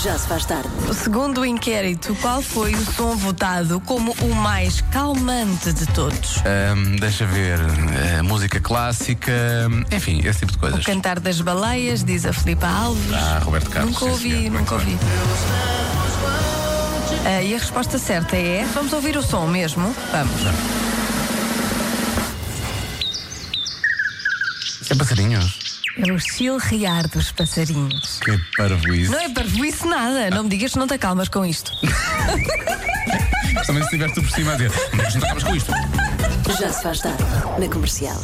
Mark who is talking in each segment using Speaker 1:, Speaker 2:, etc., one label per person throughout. Speaker 1: Já se faz tarde.
Speaker 2: Segundo o inquérito, qual foi o som votado como o mais calmante de todos?
Speaker 3: Ahm, deixa ver, eh, música clássica, enfim, esse tipo de coisas.
Speaker 2: O cantar das baleias, diz a Filipa Alves.
Speaker 3: Ah, Roberto Carlos.
Speaker 2: Nunca
Speaker 3: sim,
Speaker 2: ouvi,
Speaker 3: senhor.
Speaker 2: nunca
Speaker 3: Muito
Speaker 2: ouvi.
Speaker 3: bem.
Speaker 2: Ah, e a resposta certa é. Vamos ouvir o som mesmo? Vamos.
Speaker 3: É passarinhos?
Speaker 2: É o chilrear dos passarinhos.
Speaker 3: Que parvoíce.
Speaker 2: Não é parvoíce nada. Não me digas que não te acalmas com isto.
Speaker 3: Também se estiver tu por cima a dizer, mas não acabas com isto.
Speaker 1: Já se faz tarde. Na comercial.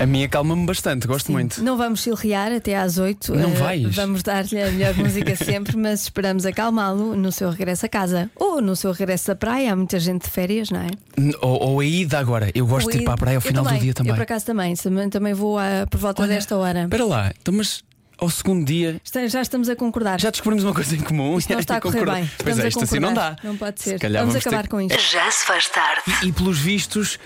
Speaker 4: A minha calma-me bastante, gosto muito.
Speaker 5: Não vamos chilrear até às 8.
Speaker 4: Não
Speaker 5: Eh,
Speaker 4: vais?
Speaker 5: Vamos dar-lhe a melhor música sempre, mas esperamos acalmá-lo no seu regresso a casa ou no seu regresso à praia. Há muita gente de férias, não é?
Speaker 4: N- Ou, ou a ida agora. Eu gosto de ir para a praia ao
Speaker 5: Eu
Speaker 4: final do dia também.
Speaker 5: Eu, por acaso, também. Também- Também vou ah, por volta desta hora.
Speaker 4: Espera lá, então, mas ao segundo dia
Speaker 5: Está- Já estamos a concordar.
Speaker 4: já descobrimos uma coisa em comum.
Speaker 5: Isto não está a correr
Speaker 4: Concorda-
Speaker 5: bem.
Speaker 4: Pois
Speaker 5: Estamos a
Speaker 4: é, isto assim não
Speaker 5: concordar.
Speaker 4: dá.
Speaker 5: Não pode
Speaker 4: Se
Speaker 5: ser.
Speaker 4: calhar
Speaker 5: vamos,
Speaker 4: vamos ter
Speaker 5: acabar
Speaker 4: que-
Speaker 5: com isto.
Speaker 1: Já se faz tarde.
Speaker 4: E pelos vistos,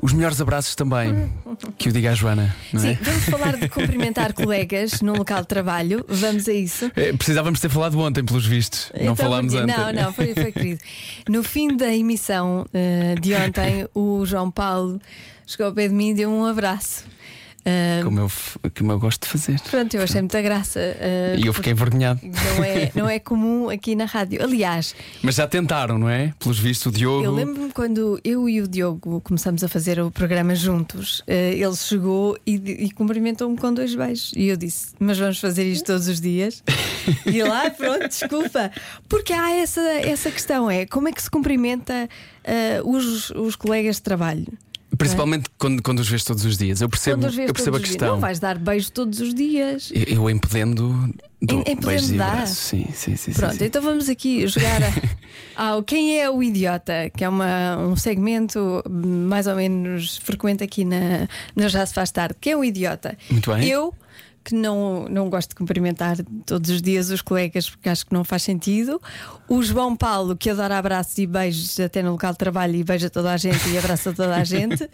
Speaker 4: os melhores abraços também. Que o diga a Joana, não
Speaker 5: Sim,
Speaker 4: é?
Speaker 5: vamos falar de cumprimentar colegas num local de trabalho. Vamos a isso.
Speaker 4: Eh, Precisávamos ter falado ontem, pelos vistos. não
Speaker 5: Então,
Speaker 4: falámos
Speaker 5: porque-
Speaker 4: antes.
Speaker 5: Não, não, foi, foi querido. No fim da emissão eh, de ontem, o João Paulo chegou ao pé de mim e deu um abraço. Eh,
Speaker 4: Como eu, f- como eu gosto de fazer.
Speaker 5: Pronto, eu achei muita graça. eh,
Speaker 4: E eu fiquei envergonhado.
Speaker 5: Não é, não é comum aqui na rádio. Aliás,
Speaker 4: Mas já tentaram, não é? Pelos vistos, o Diogo.
Speaker 5: eu lembro-me quando eu e o Diogo começamos a fazer o programa juntos, eh, ele chegou e, e cumprimentou-me com dois beijos. E eu disse: Mas vamos fazer isto todos os dias? e lá, pronto, desculpa. Porque há essa, essa questão: é como é que se cumprimenta eh, os, os colegas de trabalho?
Speaker 4: Principalmente quando, quando os vês todos os dias. Eu percebo,
Speaker 5: Quando os vês
Speaker 4: eu percebo
Speaker 5: todos
Speaker 4: a
Speaker 5: os dias.
Speaker 4: questão.
Speaker 5: Não vais dar beijo todos os dias.
Speaker 4: Eu, eu em podendo. dou
Speaker 5: Em- em podendo
Speaker 4: beijos e
Speaker 5: dá.
Speaker 4: abraços. Sim, sim, sim. sim,
Speaker 5: Pronto,
Speaker 4: sim.
Speaker 5: então vamos aqui jogar a- ao Quem é o Idiota, que é uma, um segmento mais ou menos frequente aqui na, na Já Se Faz Tarde. Quem é o Idiota?
Speaker 4: Muito bem.
Speaker 5: Eu, que não, não gosto de cumprimentar todos os dias os colegas, porque acho que não faz sentido. O João Paulo, que adora abraços e beijos até no local de trabalho e beija toda a gente e abraça toda a gente.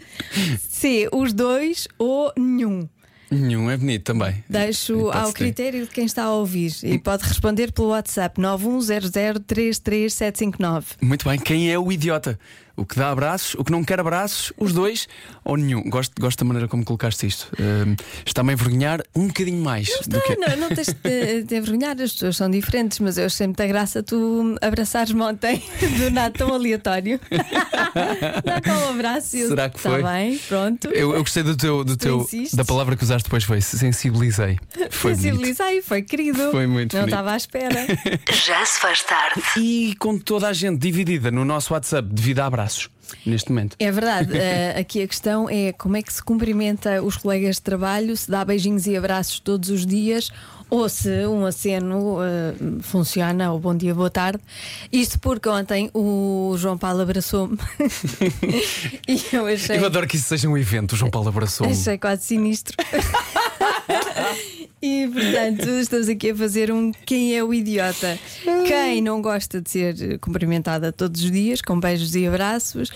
Speaker 5: C, os dois ou nenhum.
Speaker 4: Nenhum é bonito também. Então,
Speaker 5: Deixo
Speaker 4: Hipótese
Speaker 5: ao
Speaker 4: de-
Speaker 5: critério de quem está a ouvir e pode responder pelo WhatsApp 910033759.
Speaker 4: Muito bem, quem é o idiota? O que dá abraços, o que não quer abraços, os dois ou nenhum? Gosto, gosto da maneira como colocaste isto. Hum, Está-me a envergonhar um bocadinho mais do que.
Speaker 5: Ah, não, não tens de de envergonhar, as pessoas são diferentes, mas eu achei muita graça tu abraçares-me ontem do nada tão aleatório. Dá cá um abraço e eu,
Speaker 4: Será que
Speaker 5: "Tá
Speaker 4: foi?"
Speaker 5: bem, pronto.
Speaker 4: Eu, eu gostei do teu, do teu
Speaker 5: insistes?
Speaker 4: da palavra que usaste depois foi sensibilizei. Foi bonito.
Speaker 5: Sensibilizei, foi querido.
Speaker 4: Foi muito
Speaker 5: Não
Speaker 4: bonito.
Speaker 5: estava à espera.
Speaker 1: Já se faz tarde.
Speaker 4: E com toda a gente dividida no nosso WhatsApp devido a abraços neste momento.
Speaker 5: É verdade. eh, aqui a questão é como é que se cumprimenta os colegas de trabalho, se dá beijinhos e abraços todos os dias ou se um aceno eh, funciona, ou bom dia, boa tarde. Isto porque ontem o João Paulo abraçou-me e eu achei.
Speaker 4: Eu adoro que isso seja um evento, o João Paulo abraçou-me.
Speaker 5: Achei quase sinistro. e portanto, estamos aqui a fazer um quem é o idiota. Quem não gosta de ser eh, cumprimentada todos os dias com beijos e abraços.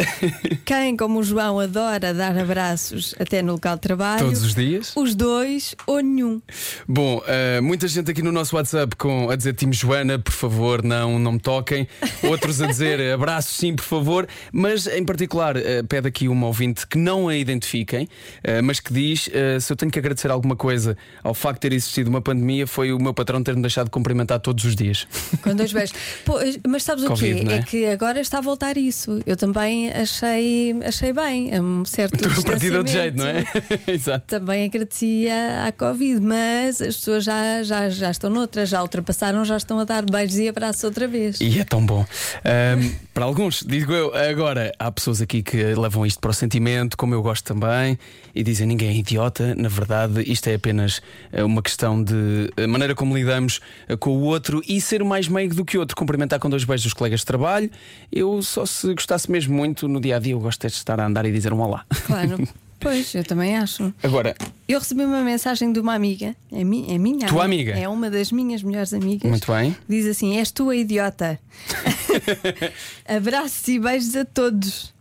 Speaker 5: Quem, como o João, adora dar abraços até no local de trabalho.
Speaker 4: Todos os dias?
Speaker 5: Os dois ou nenhum.
Speaker 4: Bom, eh, muita gente aqui no nosso WhatsApp com a dizer Tim Joana, por favor, não, não me toquem. Outros a dizer abraço, sim, por favor. Mas em particular, eh, pede aqui uma ouvinte que não a identifiquem, eh, mas que diz: eh, se eu tenho que agradecer alguma coisa ao facto de ter existido uma pandemia, foi o meu patrão ter-me deixado de cumprimentar todos os dias.
Speaker 5: Com dois beijos. Pô, mas sabes o
Speaker 4: Covid,
Speaker 5: quê?
Speaker 4: não
Speaker 5: é?
Speaker 4: é?
Speaker 5: que agora está a voltar isso. Eu também achei, achei bem. É um certo
Speaker 4: A partir de outro jeito, não é? Exato.
Speaker 5: também agradecia à Covid, mas as pessoas já, já, já estão noutras, já ultrapassaram, já estão a dar beijos e abraços outra vez.
Speaker 4: E é tão bom. Ahm, para alguns, digo eu, agora há pessoas aqui que levam isto para o sentimento, como eu gosto também, e dizem ninguém é idiota. Na verdade, isto é apenas eh, uma questão de eh, maneira como lidamos eh, com o outro e ser mais meigo do que o outro. Cumprimentar com dois beijos os colegas de trabalho. Eu só se gostasse mesmo muito, no dia a dia, eu gosto de estar a andar e dizer um olá.
Speaker 5: Claro. Pois, eu também acho.
Speaker 4: Agora,
Speaker 5: Eu recebi uma mensagem de uma amiga, é, mi, é minha
Speaker 4: Tua amiga?
Speaker 5: É uma das minhas melhores amigas.
Speaker 4: Muito bem.
Speaker 5: Diz assim: És tu a idiota. Abraços e beijos a todos.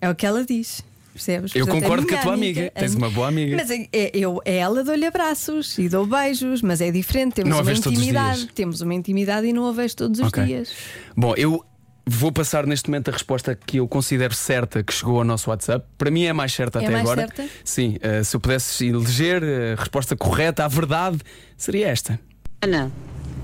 Speaker 5: É o que ela diz. percebes?
Speaker 4: Eu
Speaker 5: Portanto,
Speaker 4: concordo
Speaker 5: a
Speaker 4: com a
Speaker 5: minha
Speaker 4: tua amiga, tens uma boa amiga.
Speaker 5: Mas é- é- eu, é ela dou-lhe abraços e dou beijos, mas é diferente, temos
Speaker 4: Não a
Speaker 5: uma
Speaker 4: vês todos os
Speaker 5: intimidade.
Speaker 4: dias.
Speaker 5: Temos uma intimidade e não a vejo todos os
Speaker 4: Ok.
Speaker 5: dias.
Speaker 4: Bom, eu vou passar neste momento a resposta que eu considero certa que chegou ao nosso WhatsApp. Para mim é a mais certa
Speaker 5: É
Speaker 4: até
Speaker 5: mais
Speaker 4: agora.
Speaker 5: certa?
Speaker 4: Sim, eh, se eu pudesse eleger eh, a resposta correta, à verdade, seria esta.
Speaker 6: Ana,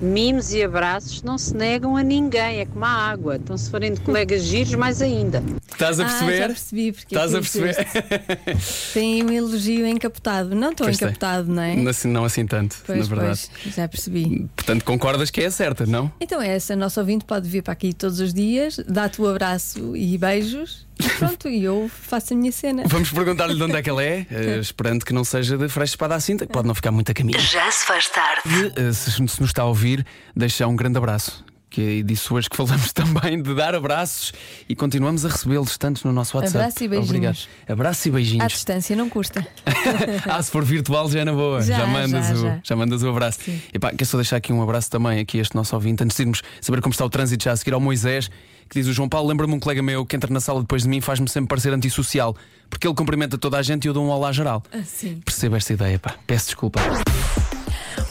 Speaker 6: mimos e abraços não se negam a ninguém, é como a água. Então, se forem de colegas giros, mais ainda.
Speaker 4: Estás a
Speaker 5: Ah, já
Speaker 4: perceber?
Speaker 5: percebi porque é
Speaker 4: Estás
Speaker 5: que
Speaker 4: a perceber?
Speaker 5: disseste. Tem um elogio encapotado. Não tão
Speaker 4: Pois tem.
Speaker 5: encapotado, não é?
Speaker 4: Não assim- não assim tanto,
Speaker 5: Pois,
Speaker 4: na verdade.
Speaker 5: pois, já percebi.
Speaker 4: Portanto, concordas que é a certa, não?
Speaker 5: Então é essa, nosso ouvinte pode vir para aqui todos os dias, dá-te o abraço e beijos, pronto, e eu faço a minha cena.
Speaker 4: Vamos perguntar-lhe de onde é que ela é, eh, esperando que não seja de fresca espada à cinta, que pode não ficar muito a caminho.
Speaker 1: Já se faz tarde.
Speaker 4: Eh, se, se nos está a ouvir, deixar um grande abraço. Que é disso hoje que falamos também de dar abraços e continuamos a recebê-los tantos no nosso WhatsApp.
Speaker 5: Abraço e beijinhos.
Speaker 4: Obrigado. Abraço e
Speaker 5: À
Speaker 4: beijinhos.
Speaker 5: distância não custa.
Speaker 4: Ah, se for virtual já é na boa.
Speaker 5: Já,
Speaker 4: mandas,
Speaker 5: já,
Speaker 4: o,
Speaker 5: já.
Speaker 4: mandas o abraço. Epá, quero só deixar aqui um abraço também aqui a este nosso ouvinte, antes de irmos saber como está o trânsito já a seguir ao Moisés, que diz o João Paulo, lembra-me um colega meu que entra na sala depois de mim e faz-me sempre parecer antissocial, porque ele cumprimenta toda a gente e eu dou um olá geral.
Speaker 5: Ah, sim.
Speaker 4: Percebo esta ideia, pá. Peço desculpa.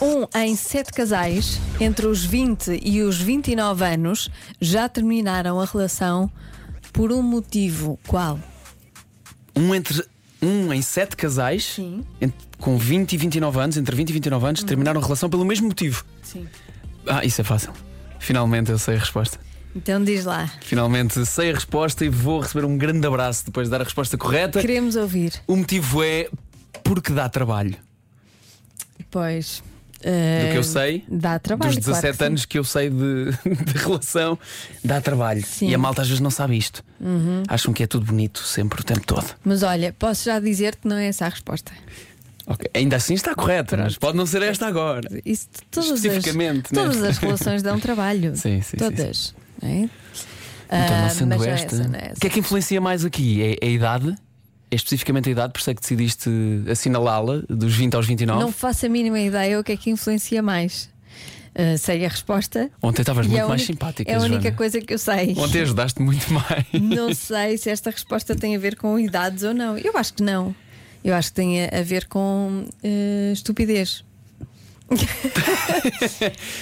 Speaker 5: Um em sete casais, entre os 20 e os 29 anos, já terminaram a relação por um motivo. Qual?
Speaker 4: Um entre um em sete casais
Speaker 5: Sim. Uhum.
Speaker 4: ent- com 20 e 29 anos, entre 20 e 29 anos, terminaram a relação pelo mesmo motivo.
Speaker 5: Sim.
Speaker 4: Ah, isso é fácil. Finalmente eu sei a resposta.
Speaker 5: Então diz lá,
Speaker 4: Finalmente sei a resposta e vou receber um grande abraço depois de dar a resposta correta.
Speaker 5: queremos ouvir.
Speaker 4: O motivo é porque dá trabalho.
Speaker 5: Pois.
Speaker 4: Do que
Speaker 5: eh,
Speaker 4: eu sei,
Speaker 5: Dá trabalho.
Speaker 4: dos 17
Speaker 5: claro que sim.
Speaker 4: anos que eu sei de, de relação, dá trabalho.
Speaker 5: Sim. Uhum.
Speaker 4: E a malta às vezes não sabe isto. Acham que é tudo bonito sempre, o tempo todo.
Speaker 5: Mas olha, posso já dizer que não é essa a resposta.
Speaker 4: Ok, Ainda assim está correto, mas pode não ser esta agora.
Speaker 5: Isso de todas
Speaker 4: Especificamente,
Speaker 5: as, todas
Speaker 4: né?
Speaker 5: as relações dão trabalho.
Speaker 4: Sim, sim,
Speaker 5: Todas. não é?
Speaker 4: Então,
Speaker 5: Ah,
Speaker 4: não sendo
Speaker 5: mas não é
Speaker 4: esta.
Speaker 5: essa, não é
Speaker 4: O que é que influencia mais aqui? É, é a idade? É especificamente a idade, por isso é que decidiste assinalá-la dos 20 aos 29.
Speaker 5: Não faço a mínima ideia o que é que influencia mais. Ah, sei a resposta.
Speaker 4: Ontem estavas
Speaker 5: e
Speaker 4: muito
Speaker 5: é a
Speaker 4: mais
Speaker 5: única-
Speaker 4: simpática.
Speaker 5: É a única
Speaker 4: Joana.
Speaker 5: coisa que eu sei.
Speaker 4: Ontem ajudaste muito mais. é
Speaker 5: Não sei se esta resposta tem a ver com idades ou não. Eu acho que não. Eu acho que tem a a ver com ah, estupidez.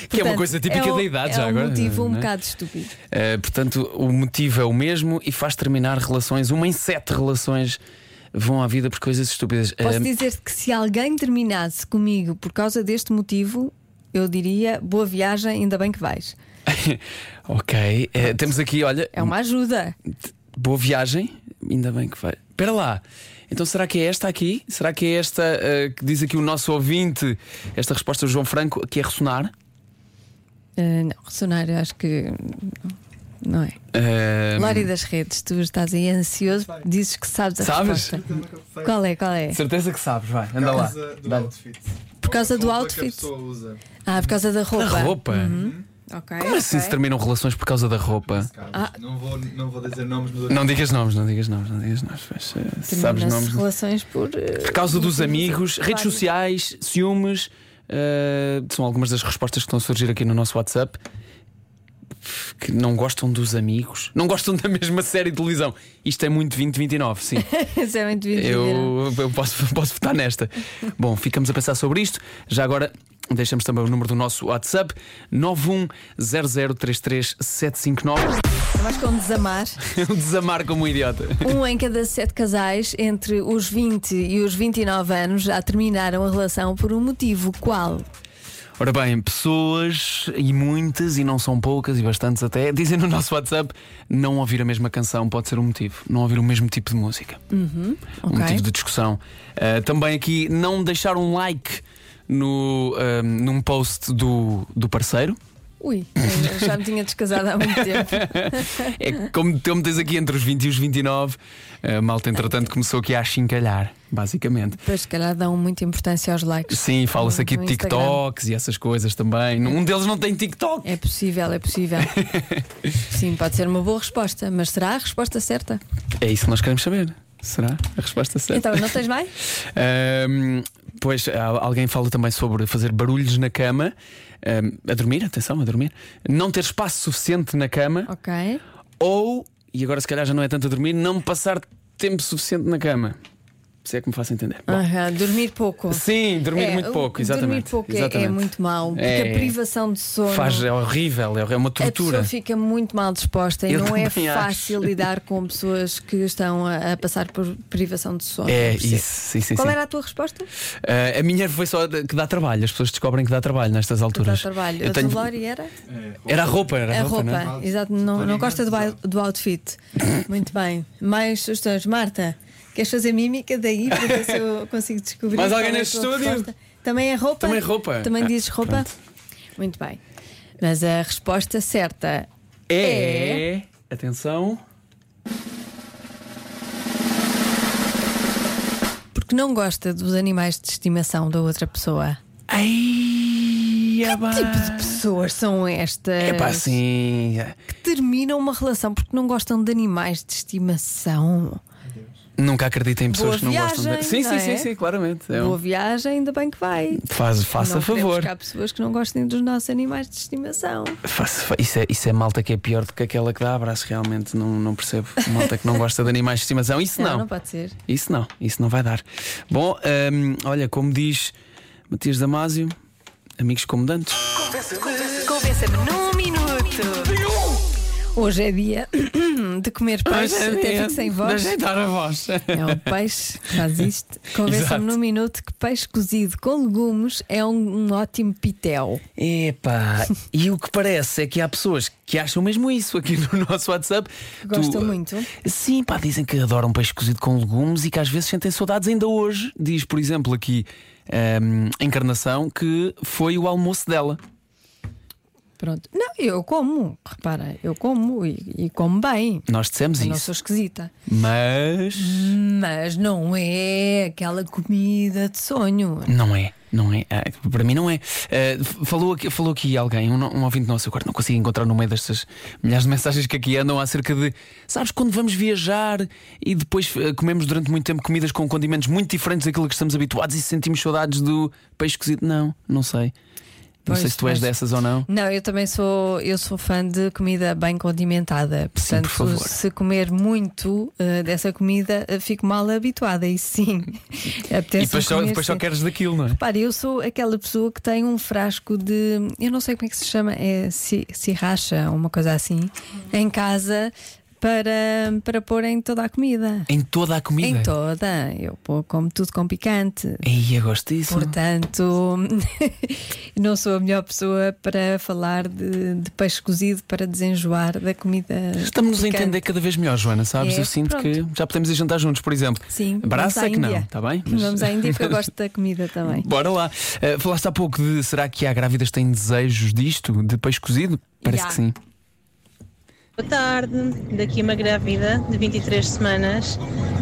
Speaker 4: que é uma
Speaker 5: Portanto,
Speaker 4: coisa típica
Speaker 5: é um-
Speaker 4: da idade
Speaker 5: é
Speaker 4: já
Speaker 5: um
Speaker 4: agora.
Speaker 5: motivo um
Speaker 4: não é?
Speaker 5: bocado estúpido.
Speaker 4: Eh, portanto, o motivo é o mesmo e faz terminar relações. Uma em sete relações vão à vida por coisas estúpidas.
Speaker 5: Posso
Speaker 4: Eh,
Speaker 5: dizer-te que se alguém terminasse comigo por causa deste motivo, eu diria boa viagem, ainda bem que vais.
Speaker 4: ok, eh, temos aqui, olha,
Speaker 5: É uma ajuda.
Speaker 4: Boa viagem, ainda bem que vai. Espera lá, então será que é esta aqui? Será que é esta eh, que diz aqui o nosso ouvinte, esta resposta do João Franco, que é ressonar?
Speaker 5: Ah, não, ressonar, eu acho que não é.
Speaker 4: Eh,
Speaker 5: Lória das redes, tu estás aí ansioso, dizes que sabes a
Speaker 4: Sabes?
Speaker 5: resposta. Qual é, qual é?
Speaker 4: certeza que sabes, vai, anda lá.
Speaker 7: causa do
Speaker 4: Dá-lhe.
Speaker 7: outfit.
Speaker 5: Por causa do
Speaker 7: Roupa Que a
Speaker 5: outfit.
Speaker 7: pessoa usa.
Speaker 5: Ah, por causa da roupa.
Speaker 4: A roupa?
Speaker 5: Uhum, Ok.
Speaker 4: Como assim se terminam relações por causa da roupa?
Speaker 7: Carlos,
Speaker 5: Ah.
Speaker 7: Não, vou, não vou dizer nomes, mas
Speaker 4: Não digas nomes, não digas nomes, não digas nomes. mas, eh, sabes
Speaker 5: Termina-se
Speaker 4: nomes.
Speaker 5: relações por. eh,
Speaker 4: Por causa dos
Speaker 5: motivos
Speaker 4: amigos,
Speaker 5: claro.
Speaker 4: redes sociais, ciúmes, eh, são algumas das respostas que estão a surgir aqui no nosso WhatsApp. Que não gostam dos amigos, não gostam da mesma série de televisão. Isto é muito 2029, sim.
Speaker 5: Isso é muito difícil.
Speaker 4: Eu, eu posso, posso votar nesta. Bom, ficamos a pensar sobre isto. Já agora deixamos também o número do nosso WhatsApp: 910033759.
Speaker 5: É mais como desamar.
Speaker 4: Eu desamar como um idiota.
Speaker 5: Um em cada sete casais entre os 20 e os 29 anos já terminaram a relação por um motivo. Qual?
Speaker 4: Ora bem, pessoas e muitas, e não são poucas e bastantes até, dizem no nosso WhatsApp: não ouvir a mesma canção pode ser um motivo, não ouvir o mesmo tipo de música. Um
Speaker 5: Ok.
Speaker 4: motivo de discussão. Ah, também aqui, não deixar um like no, ah, num post do, do parceiro.
Speaker 5: Ui, eu já me tinha descasado há muito tempo.
Speaker 4: É que, como, como tens aqui entre os 20 e os 29, a malta, entretanto, começou aqui a chincalhar, basicamente.
Speaker 5: Pois, se calhar dão muita importância aos likes.
Speaker 4: Sim, fala-se aqui
Speaker 5: No
Speaker 4: de
Speaker 5: Instagram.
Speaker 4: TikToks e essas coisas também. Um deles não tem TikTok.
Speaker 5: É possível, é possível. Sim, pode ser uma boa resposta, mas será a resposta certa?
Speaker 4: É isso que nós queremos saber. Será a resposta certa?
Speaker 5: Então, não tens mais?
Speaker 4: Ahm, pois há- alguém fala também sobre fazer barulhos na cama, ahm, a dormir, atenção, a dormir, não ter espaço suficiente na cama
Speaker 5: Ok.
Speaker 4: ou, e agora se calhar já não é tanto a dormir, não passar tempo suficiente na cama. Se é que me faço entender. Bom.
Speaker 5: Aham, dormir pouco.
Speaker 4: Sim, dormir
Speaker 5: É,
Speaker 4: muito
Speaker 5: o-
Speaker 4: pouco,
Speaker 5: Dormir
Speaker 4: exatamente.
Speaker 5: pouco é- É,
Speaker 4: Exatamente.
Speaker 5: muito mau, porque
Speaker 4: É.
Speaker 5: a privação de sono.
Speaker 4: Faz, é horrível, é uma
Speaker 5: A pessoa
Speaker 4: tortura.
Speaker 5: fica muito mal disposta e
Speaker 4: Eu
Speaker 5: não é
Speaker 4: também acho.
Speaker 5: fácil lidar com pessoas que estão a, a passar por privação de sono.
Speaker 4: É
Speaker 5: Eu percebo.
Speaker 4: isso, sim, sim,
Speaker 5: Qual
Speaker 4: sim.
Speaker 5: era a tua resposta?
Speaker 4: Ah, a minha foi só de- que dá trabalho, as pessoas descobrem que dá trabalho nestas
Speaker 5: Dá
Speaker 4: alturas.
Speaker 5: trabalho.
Speaker 4: Eu
Speaker 5: a
Speaker 4: tenho-
Speaker 5: do Lori era?
Speaker 4: Era a roupa, era
Speaker 5: A
Speaker 4: não é?
Speaker 5: roupa, exato. Não, não gosta do, out- do outfit. Muito bem. Mais sugestões. Marta, queres fazer mímica daí para ver se eu consigo descobrir?
Speaker 4: Mais alguém
Speaker 5: qual é a
Speaker 4: neste
Speaker 5: tua
Speaker 4: estúdio?
Speaker 5: resposta? Também é roupa?
Speaker 4: Também é roupa.
Speaker 5: Também
Speaker 4: Ah,
Speaker 5: dizes roupa? Muito bem. Mas a resposta certa
Speaker 4: É. Atenção.
Speaker 5: porque não gosta dos animais de estimação da outra pessoa.
Speaker 4: tipo Ai,
Speaker 5: Que tipo de pessoas são estas?
Speaker 4: É pá, sim.
Speaker 5: Que terminam uma relação porque não gostam de animais de estimação.
Speaker 4: Nunca acredito em pessoas
Speaker 5: Boa
Speaker 4: que não gostam de.
Speaker 5: viagem,
Speaker 4: Sim,
Speaker 5: não
Speaker 4: sim,
Speaker 5: é?
Speaker 4: sim, sim, claramente. É um-
Speaker 5: Boa viagem, ainda bem que vai.
Speaker 4: Faz, faça
Speaker 5: não queremos
Speaker 4: favor.
Speaker 5: que há pessoas que não gostem dos nossos animais de estimação.
Speaker 4: Faça fa- isso, é, isso é malta que é pior do que aquela que dá abraço, realmente. Não, não percebo. Malta que não gosta de animais de estimação. Isso
Speaker 5: Não,
Speaker 4: não.
Speaker 5: não pode ser.
Speaker 4: Isso não. Isso não vai dar. Bom, hum, olha, como diz Matias Damasio, amigos como dantes.
Speaker 2: Convença-me num minuto.
Speaker 5: Hoje é dia de comer peixe,
Speaker 4: é
Speaker 5: até fico sem voz.
Speaker 4: Ajeitar a voz.
Speaker 5: É um peixe, faz isto. Convença-me
Speaker 4: Exato.
Speaker 5: num minuto que peixe cozido com legumes é um, um ótimo pitel.
Speaker 4: Epá, e o que parece é que há pessoas que acham mesmo isso aqui no nosso WhatsApp.
Speaker 5: Gostam muito.
Speaker 4: Sim, pá, dizem que adoram peixe cozido com legumes e que às vezes sentem saudades ainda hoje. Diz, por exemplo, aqui hum, a Encarnação que foi o almoço dela.
Speaker 5: Pronto. Não, eu como, repara, eu como e, e como bem.
Speaker 4: Nós dissemos
Speaker 5: Eu não
Speaker 4: isso.
Speaker 5: sou esquisita.
Speaker 4: Mas
Speaker 5: Mas não é aquela comida de sonho.
Speaker 4: não é, não é. Ah, Para mim não é. Ah, f- falou, aqui, falou aqui alguém, um, no- um ouvinte nosso, eu agora não consigo encontrar no meio destas milhares de mensagens que aqui andam acerca de sabes quando vamos viajar e depois ah, comemos durante muito tempo comidas com condimentos muito diferentes daquilo que estamos habituados e sentimos saudades do peixe cozido. Não, não sei. Não
Speaker 5: Pois,
Speaker 4: sei se tu és
Speaker 5: pois.
Speaker 4: dessas ou não.
Speaker 5: Não, eu também sou, eu sou fã de comida bem condimentada.
Speaker 4: Sim,
Speaker 5: Portanto,
Speaker 4: por favor.
Speaker 5: se comer muito eh, dessa comida, eh, fico mal habituada e sim. apetece-me comer sempre.
Speaker 4: queres daquilo, não é?
Speaker 5: Repara, eu sou aquela pessoa que tem um frasco de. Eu não sei como é que se chama, é si- sirracha ou uma coisa
Speaker 4: Uhum.
Speaker 5: assim, em casa para, para pôr em toda a comida.
Speaker 4: Em toda a comida.
Speaker 5: Em toda. Eu pô- como tudo com picante.
Speaker 4: Ei, eu gosto disso.
Speaker 5: Portanto, não sou a melhor pessoa para falar de, de peixe cozido para desenjoar da comida.
Speaker 4: Estamos-nos a
Speaker 5: picante.
Speaker 4: entender cada vez melhor, Joana, sabes?
Speaker 5: É,
Speaker 4: eu sinto
Speaker 5: pronto.
Speaker 4: que já podemos ir jantar juntos, por exemplo.
Speaker 5: Sim,
Speaker 4: Braça
Speaker 5: vamos à
Speaker 4: é que não,
Speaker 5: Índia.
Speaker 4: está bem? Mas-
Speaker 5: Vamos à Índia que eu gosto da comida também.
Speaker 4: Bora lá. Eh, falaste há pouco de será que há grávidas que têm desejos disto, de peixe cozido? Parece
Speaker 5: Já.
Speaker 4: que sim.
Speaker 8: Boa tarde, daqui uma grávida de 23 semanas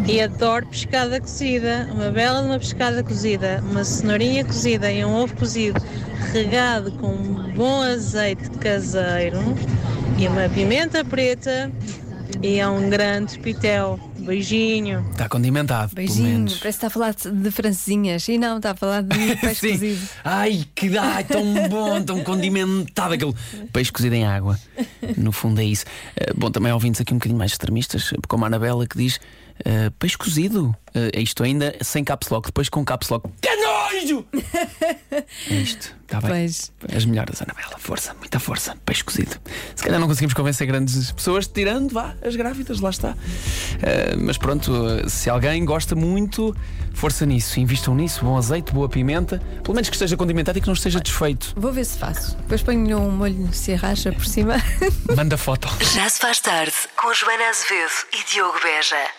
Speaker 8: e adoro pescada cozida, uma bela de uma pescada cozida, uma cenourinha cozida e um ovo cozido regado com um bom azeite caseiro e uma pimenta preta e é um grande pitel. Beijinho.
Speaker 4: Está condimentado, pelo
Speaker 5: Beijinho,
Speaker 4: menos.
Speaker 5: parece que está a falar de de francesinhas. E não, está a falar de peixe
Speaker 4: Sim.
Speaker 5: cozido.
Speaker 4: Ai, que dá, tão bom, tão condimentado aquele peixe cozido em água. No fundo é isso. Eh, bom, também há ouvintes aqui um bocadinho mais extremistas, como a Anabela que diz eh, peixe cozido. Eh, isto ainda sem caps lock, depois com caps lock. Que nojo! é isto, está bem.
Speaker 5: Pois.
Speaker 4: As melhores, Anabela. Força, muita força. Peixe cozido. Se calhar não conseguimos convencer grandes pessoas, tirando, vá, as grávidas, lá está. Eh, mas pronto, eh, se alguém gosta muito, força nisso. Invistam nisso. Bom azeite, boa pimenta. Pelo menos que esteja condimentado e que não esteja desfeito.
Speaker 5: Vou ver se faço. Depois ponho-lhe um molho de sirracha por cima.
Speaker 4: Manda foto.
Speaker 1: Já se faz tarde com Joana Azevedo e Diogo Beja.